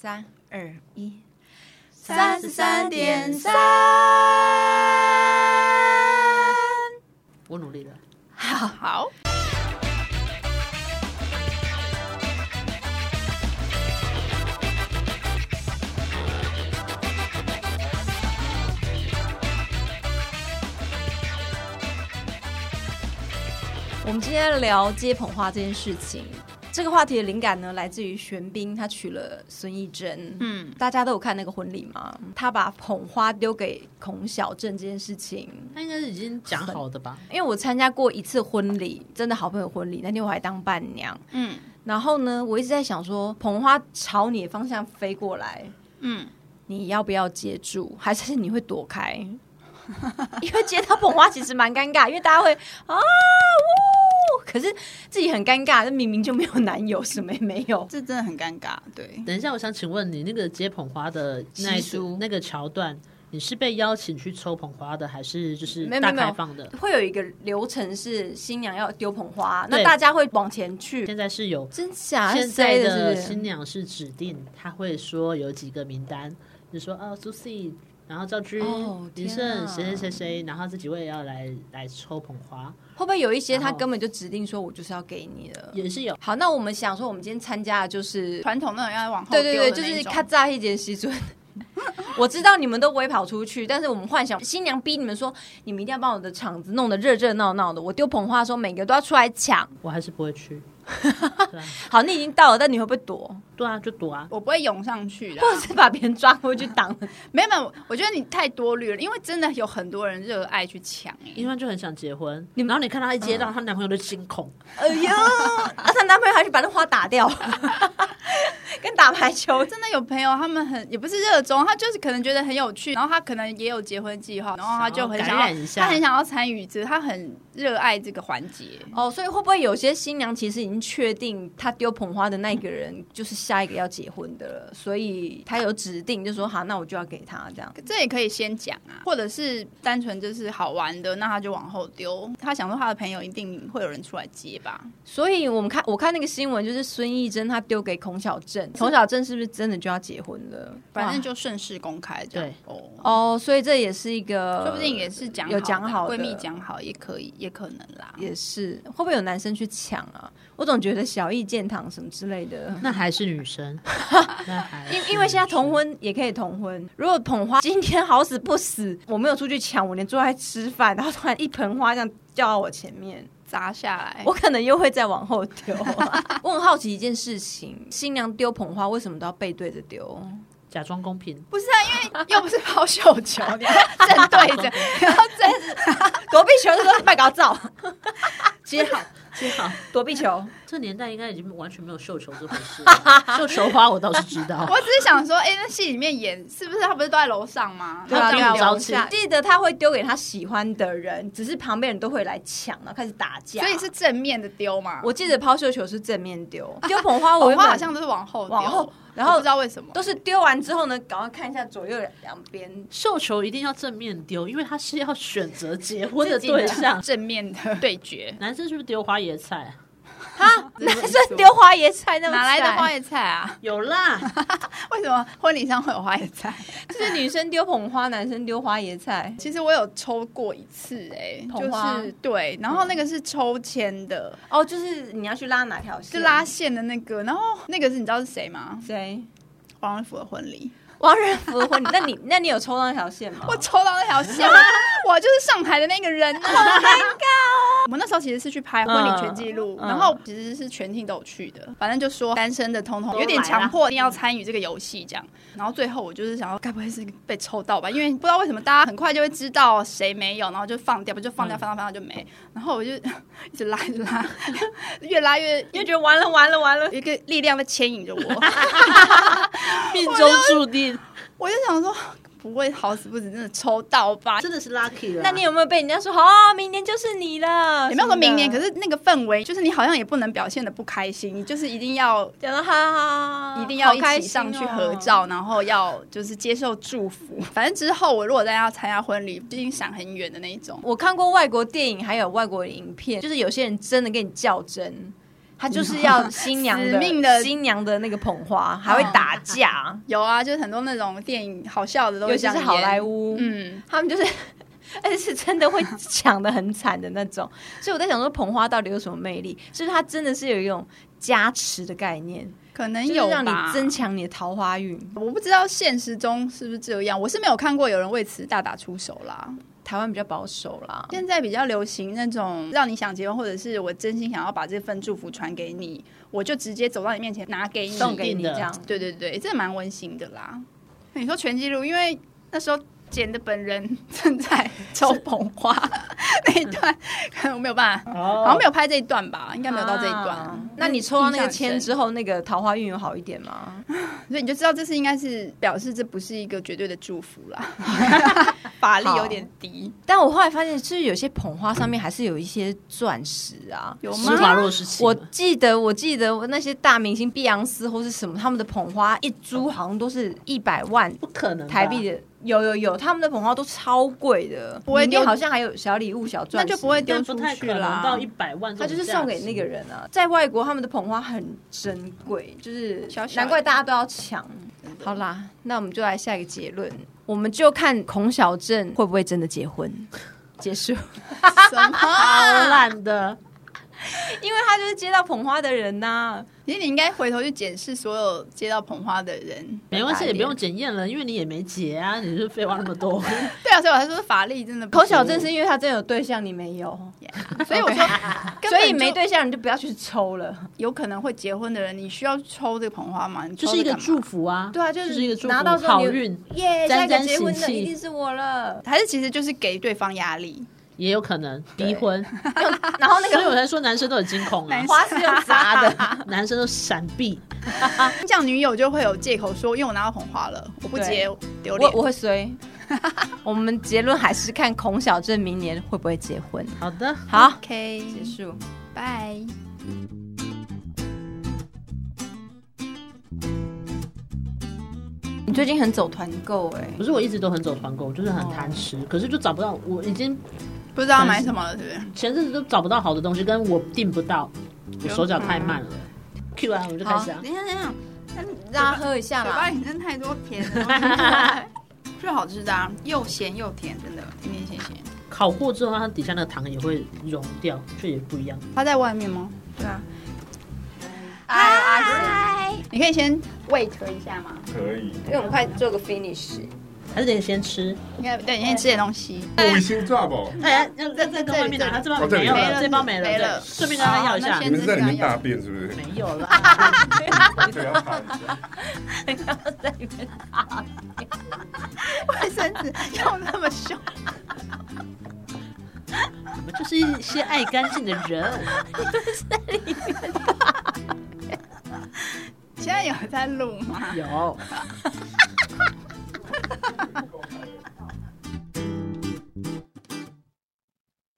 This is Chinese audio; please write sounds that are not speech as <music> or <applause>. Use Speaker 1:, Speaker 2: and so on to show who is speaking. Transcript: Speaker 1: 三二一，
Speaker 2: 三十三点三，
Speaker 3: 我努力了。
Speaker 1: 好好。我们今天聊接捧花这件事情，这个话题的灵感呢，来自于玄彬，他娶了孙艺珍。嗯，大家都有看那个婚礼吗？他把捧花丢给孔小振这件事情，
Speaker 3: 他应该是已经讲好的吧？
Speaker 1: 因为我参加过一次婚礼，真的好朋友婚礼，那天我还当伴娘。
Speaker 2: 嗯
Speaker 1: 然后呢，我一直在想说，捧花朝你的方向飞过来，
Speaker 2: 嗯，
Speaker 1: 你要不要接住，还是你会躲开？
Speaker 2: <laughs>
Speaker 1: 因为接到捧花其实蛮尴尬，因为大家会啊呜，可是自己很尴尬，那明明就没有男友，什么也没有。
Speaker 2: 这真的很尴尬，对。
Speaker 3: 等一下，我想请问你，那个接捧花的那一
Speaker 2: 习俗
Speaker 3: 那个桥段，你是被邀请去抽捧花的，还是就是
Speaker 1: 没有
Speaker 3: 大
Speaker 1: 没有
Speaker 3: 开放的？
Speaker 1: 会有一个流程是新娘要丢捧花，那
Speaker 3: 对
Speaker 1: 大家会往前去。
Speaker 3: 现在是有
Speaker 1: 真假
Speaker 3: 现在
Speaker 1: 的
Speaker 3: 的
Speaker 1: 是不是
Speaker 3: 新娘是指定，她会说有几个名单，就说哦，Susie，然后赵军
Speaker 1: 哦、
Speaker 3: 林
Speaker 1: 天啊
Speaker 3: 胜，谁谁谁谁，然后这几位要来来抽捧花，
Speaker 1: 会不会有一些他
Speaker 3: 然后
Speaker 1: 根本就指定说我就是要给你的？
Speaker 3: 也是有。
Speaker 1: 好，那我们想说，我们今天参加的就是
Speaker 2: 传统那种要往后
Speaker 1: 对对对，
Speaker 2: 丢的
Speaker 1: 就
Speaker 2: 那
Speaker 1: 是
Speaker 2: 种
Speaker 1: 咔嚓一点西准。 <laughs> 我知道你们都不会跑出去，但是我们幻想新娘逼你们说，你们一定要把我的场子弄得热热闹闹的。我丢捧花的时候，每个都要出来抢。
Speaker 3: 我还是不会去。对啊，
Speaker 1: 好，你已经到了，但你会不会躲，
Speaker 3: 对啊，就躲啊。
Speaker 2: 我不会涌上去的啊
Speaker 1: 或。者是把别人抓过去挡？ <laughs> 啊
Speaker 2: 没有没有，我觉得你太多虑了，因为真的有很多人热爱去抢、欸。
Speaker 3: 因为就很想结婚，然后你看她一接到，她男朋友就惊恐，
Speaker 1: 哎呦，啊，她男朋友还去把那花打掉， <laughs> 跟打排球。
Speaker 2: 真的有朋友，他们很也不是热衷，他就是可能觉得很有趣，然后他可能也有结婚计划，然后他就很想
Speaker 3: 想要感染一
Speaker 2: 要，
Speaker 3: 下
Speaker 2: 他很想要参与这，他很热爱这个环节。
Speaker 1: 哦，所以会不会有些新娘其实已经确定她丢捧花的那一个人就是下一个要结婚的了，所以她有指定就说好，那我就要给她这样。
Speaker 2: 这也可以先讲啊，或者是单纯就是好玩的，那他就往后丢。他想说他的朋友一定会有人出来接吧？
Speaker 1: 所以我们看，我看那个新闻，就是孙艺珍她丢给孔小振，孔小振是不是真的就要结婚了？
Speaker 2: 反正
Speaker 1: 哇
Speaker 2: 就顺势公开这样。哦，
Speaker 1: 哦，所以这也是一个，
Speaker 2: 说不定也是讲
Speaker 1: 有讲好
Speaker 2: 好
Speaker 1: 的
Speaker 2: 的，闺蜜讲好也可以，也可能啦。
Speaker 1: 也是会不会有男生去抢啊？我总觉得小艺建堂什么之类的。
Speaker 3: 那还是
Speaker 1: <laughs>
Speaker 3: 女生，那还是
Speaker 1: 因因为现在同婚也可以同婚，如果捧花今天好死不死，我没有出去抢，我连坐在吃饭，然后突然一盆花这样掉到我前面，
Speaker 2: 砸下来
Speaker 1: 我，可能又会再往后丢。 <laughs> 我很好奇一件事情，新娘丢捧花为什么都要背对着丢？
Speaker 3: 假装公平，
Speaker 2: 不是啊，因 <laughs> 为又不是抛绣球，
Speaker 1: <laughs>
Speaker 2: 你要正对着，然后正
Speaker 1: 躲避球都是拜高 <laughs> 照，
Speaker 3: 接好接好。
Speaker 1: 躲避球。
Speaker 3: 这年代应该已经完全没有绣球这回
Speaker 1: <laughs>
Speaker 3: 事了，绣球花我倒是知道。
Speaker 2: <laughs> 我只是想说，哎、那戏里面演是不是他不是都在楼上吗？
Speaker 3: 对啊
Speaker 2: 然
Speaker 3: 对啊
Speaker 2: 后就
Speaker 3: 我
Speaker 2: 留
Speaker 3: 知
Speaker 2: 下
Speaker 3: 道
Speaker 1: 记得他会丢给他喜欢的人，只是旁边人都会来抢，然后开始打架。
Speaker 2: 所以是正面的丢嘛？
Speaker 1: 我记得抛绣球是正面丢，丢捧花我
Speaker 2: 我
Speaker 1: 原本
Speaker 2: 花好像都是往后丢
Speaker 1: 往后，然
Speaker 2: 我
Speaker 1: 后
Speaker 2: 不知道为什么。
Speaker 1: 都是丢完之后呢，赶快看一下左右两
Speaker 2: <laughs>
Speaker 1: 边。
Speaker 3: 绣球一定要正面丢，因为他是要选择结婚的
Speaker 2: 自己的
Speaker 3: 对
Speaker 1: 啊
Speaker 3: 象。
Speaker 2: 正面的对决，
Speaker 3: 男生是不是丢花椰菜啊？
Speaker 1: 男生丢花椰菜那么
Speaker 2: 哪来的花
Speaker 1: 菜？
Speaker 2: 椰 <laughs> 菜
Speaker 1: <laughs>
Speaker 2: 啊？
Speaker 3: 有啦，
Speaker 2: 为什么婚礼上会有花椰菜？
Speaker 1: 就是女生丢捧花，男生丢花椰菜。
Speaker 2: 其实我有抽过一次、哎，
Speaker 1: 捧花
Speaker 2: 就是对，然后那个是抽签的，
Speaker 1: 哦，就是你要去拉哪条线？
Speaker 2: 就拉线的那个，然后那个是你知道是谁吗？
Speaker 1: 谁？
Speaker 2: 王仁甫的婚礼，
Speaker 1: 王仁甫的婚
Speaker 2: <laughs>
Speaker 1: 礼，那你那你有抽到那条线吗？
Speaker 2: 我 <laughs> 抽到那条线， <laughs> 我就是上台的那个人啊， <laughs> 好尴尬哦！ <laughs> 我们那时候其实是去拍婚礼全记录，
Speaker 1: 嗯
Speaker 2: 然后其实是全厅都有去的，反正就说单身的通通有点强迫一定要参与这个游戏这样。然后最后我就是想要，该不会是被抽到吧？因为不知道为什么大家很快就会知道谁没有，然后就放掉，不就放掉，放掉，放掉就没。然后我就一直拉，一直拉，越拉越。
Speaker 1: 你就觉得完了完了完了，
Speaker 2: 有一个力量在牵引着
Speaker 3: <laughs>
Speaker 2: 我，<laughs>
Speaker 3: 命中注定，
Speaker 2: 我就想说，不会好死不死真的抽到吧？
Speaker 3: 真的是 lucky 了。
Speaker 1: 那你有没有被人家说哦，明年就是你了？
Speaker 2: 也没有说明年，可
Speaker 1: 是
Speaker 2: 是那个氛围，就是你好像也不能表现的不开心，你就是一定要
Speaker 1: 讲到哈哈哈，
Speaker 2: 一定要
Speaker 1: 好
Speaker 2: 一
Speaker 1: 开
Speaker 2: 起
Speaker 1: 心
Speaker 2: 上去
Speaker 1: 哦
Speaker 2: 合。照，然后要就是接受祝福。反正之后我如果再要参加婚礼，就已经想很远的那一种。
Speaker 1: 我看过外国电影，还有外国影片，就是有些人真的跟你较真，他就是
Speaker 2: <laughs>
Speaker 1: 要新娘
Speaker 2: 死命的嗯
Speaker 1: 新娘的那个捧花，还会打
Speaker 2: <laughs>
Speaker 1: 架，
Speaker 2: 有啊，就是很多那种电影好笑的都
Speaker 1: 尤
Speaker 2: 会
Speaker 1: 其
Speaker 2: 这样
Speaker 1: 是好莱
Speaker 2: 坞，
Speaker 1: 坞，
Speaker 2: 嗯，
Speaker 1: 他们就是， <laughs> 而且是真的会抢的很惨的那种。所以我在想说，捧花到底有什么魅力？是不是它真的是有一种加持的概念，
Speaker 2: 可能
Speaker 1: 就是
Speaker 2: 有
Speaker 1: 让你
Speaker 2: 吧
Speaker 1: 增强你的桃花运？
Speaker 2: 我不知道现实中是不是这样，我是没有看过有人为此大打出手啦。
Speaker 1: 台湾比较保守啦，
Speaker 2: 现在比较流行那种让你想结婚，或者是我真心想要把这份祝福传给你，我就直接走到你面前拿给你。
Speaker 1: 送给
Speaker 3: 一
Speaker 1: 你
Speaker 3: 定的
Speaker 1: 这样。
Speaker 2: 对对对，这蛮温馨的啦。你说全记录，因为那时候简的本人 <laughs> 正在抽捧花那一段，可能我没有办法，好像
Speaker 3: 哦
Speaker 2: 没有拍这一段吧，应该 <laughs> 没有到这一段。
Speaker 1: 啊那你抽到那个签之
Speaker 2: 后，
Speaker 1: 后，那个桃花运有好一点吗？
Speaker 2: 所以你就知道这是应该是表示这不是一个绝对的祝福啦，
Speaker 1: <laughs>
Speaker 2: 法力有点低。
Speaker 1: 但我后来发现，就是有些捧花上面还是有一些钻石啊，
Speaker 2: 有
Speaker 3: 施华
Speaker 2: 吗？
Speaker 3: 洛时期嘛，
Speaker 1: 我记得，我记得那些大明星碧昂斯或是什么，他们的捧花一株好像都是一百万
Speaker 3: 不可能吧
Speaker 1: 台币的，哦有有有，他们的捧花都超贵的，
Speaker 2: 不会
Speaker 1: 里面
Speaker 2: 丢
Speaker 1: 好像还有小礼物、小钻
Speaker 2: 那
Speaker 1: 石，啊
Speaker 2: 就不会丢
Speaker 3: 但
Speaker 2: 出
Speaker 3: 不太
Speaker 2: 去
Speaker 3: 可能
Speaker 2: 啦。
Speaker 3: 到一百万，
Speaker 1: 他就是送给那个。人啊。在外国，他们的捧花很珍贵，就是
Speaker 2: 小小的
Speaker 1: 难怪大家都要抢。好啦，那我们就来下一个结论，我们就看孔小镇会不会真的结婚。结束，
Speaker 2: 什么？ <laughs>
Speaker 3: 好
Speaker 1: 啊
Speaker 3: 烂的，
Speaker 1: 因为他就是接到捧花的人呐、
Speaker 2: 其实你应该回头去检视所有接到捧花的人。
Speaker 3: 没关系，也不用检验了，因为你也没结啊，你是废话那么多。
Speaker 2: 对啊，所以我才说法力真的不
Speaker 1: 孔小
Speaker 2: 行
Speaker 1: 镇是因为他真的有对象，你没有，
Speaker 2: 所以我说，根
Speaker 1: 所
Speaker 2: 本
Speaker 1: 以
Speaker 2: 就
Speaker 1: 没对象你就不要去抽了。
Speaker 2: 有可能会结婚的人，你需要抽这个捧花吗？你
Speaker 3: 就
Speaker 2: 抽
Speaker 3: 是一
Speaker 2: 这
Speaker 3: 个
Speaker 2: 干嘛
Speaker 3: 祝福啊，
Speaker 1: 对啊，就
Speaker 3: 就是一个祝福，
Speaker 1: 拿到之后
Speaker 3: 好
Speaker 1: 你就
Speaker 3: 运
Speaker 1: 耶，下
Speaker 3: 沾
Speaker 1: 一个
Speaker 3: 沾
Speaker 1: 结婚
Speaker 3: 喜
Speaker 1: 的
Speaker 3: 气
Speaker 1: 一定是我了。
Speaker 2: 还是其实就是给对方压力？
Speaker 3: 也有可能
Speaker 1: 对
Speaker 3: 离婚，
Speaker 1: 然后那
Speaker 3: 所以
Speaker 1: 个
Speaker 3: 我才说男生都有惊恐啊
Speaker 2: 男，
Speaker 1: 花是用砸的，
Speaker 3: 男生都闪避，
Speaker 2: 这样女友就会有借口说，因为我拿到捧花了，我不接丢
Speaker 1: <laughs> 我
Speaker 2: 脸。
Speaker 1: 我会衰。 <laughs> 我们结论还是看孔小镇明年会不会结婚。
Speaker 3: 好的，
Speaker 1: 好，
Speaker 2: OK，
Speaker 1: 结束。
Speaker 2: 拜。
Speaker 1: 你最近很走团购哎，
Speaker 3: 不是我一直都很走团购，我就是很贪吃，可是就找不到，我已经
Speaker 2: 不知道买什么了，是不是？
Speaker 3: 前阵子都找不到好的东西，跟我订不到，我手脚太慢了。Q 完我就开始啊，
Speaker 2: 一下，等一下，
Speaker 1: 让他喝一下
Speaker 2: <laughs> 嘴巴
Speaker 1: 啦。
Speaker 2: 里真太多甜了。最好吃的、啊，又咸又甜，真的甜甜咸咸。
Speaker 3: 烤过之后它底下那个糖也会融掉，却也不一样。
Speaker 2: 它在外面吗？
Speaker 1: 对啊，
Speaker 2: 嗨，你可以先 wait 一下吗？
Speaker 4: 可以。
Speaker 1: 因为我们快做个 finish。
Speaker 3: 还是得先吃，
Speaker 2: 应该对，你先吃点东西。
Speaker 4: 五星炸宝，
Speaker 3: 哎，要要再跟外面拿，啊他这包没有了，这包没了，对顺便跟他要一下
Speaker 2: 好那，
Speaker 4: 你
Speaker 2: 先
Speaker 4: 们是在里面大便是不是？
Speaker 3: 没有了， <laughs>
Speaker 4: 对，要看一下。
Speaker 2: <laughs> 卫生纸 <laughs> 用那么凶，
Speaker 3: 我们就是一些爱干净的人。
Speaker 2: 现在有在录吗？
Speaker 3: 有，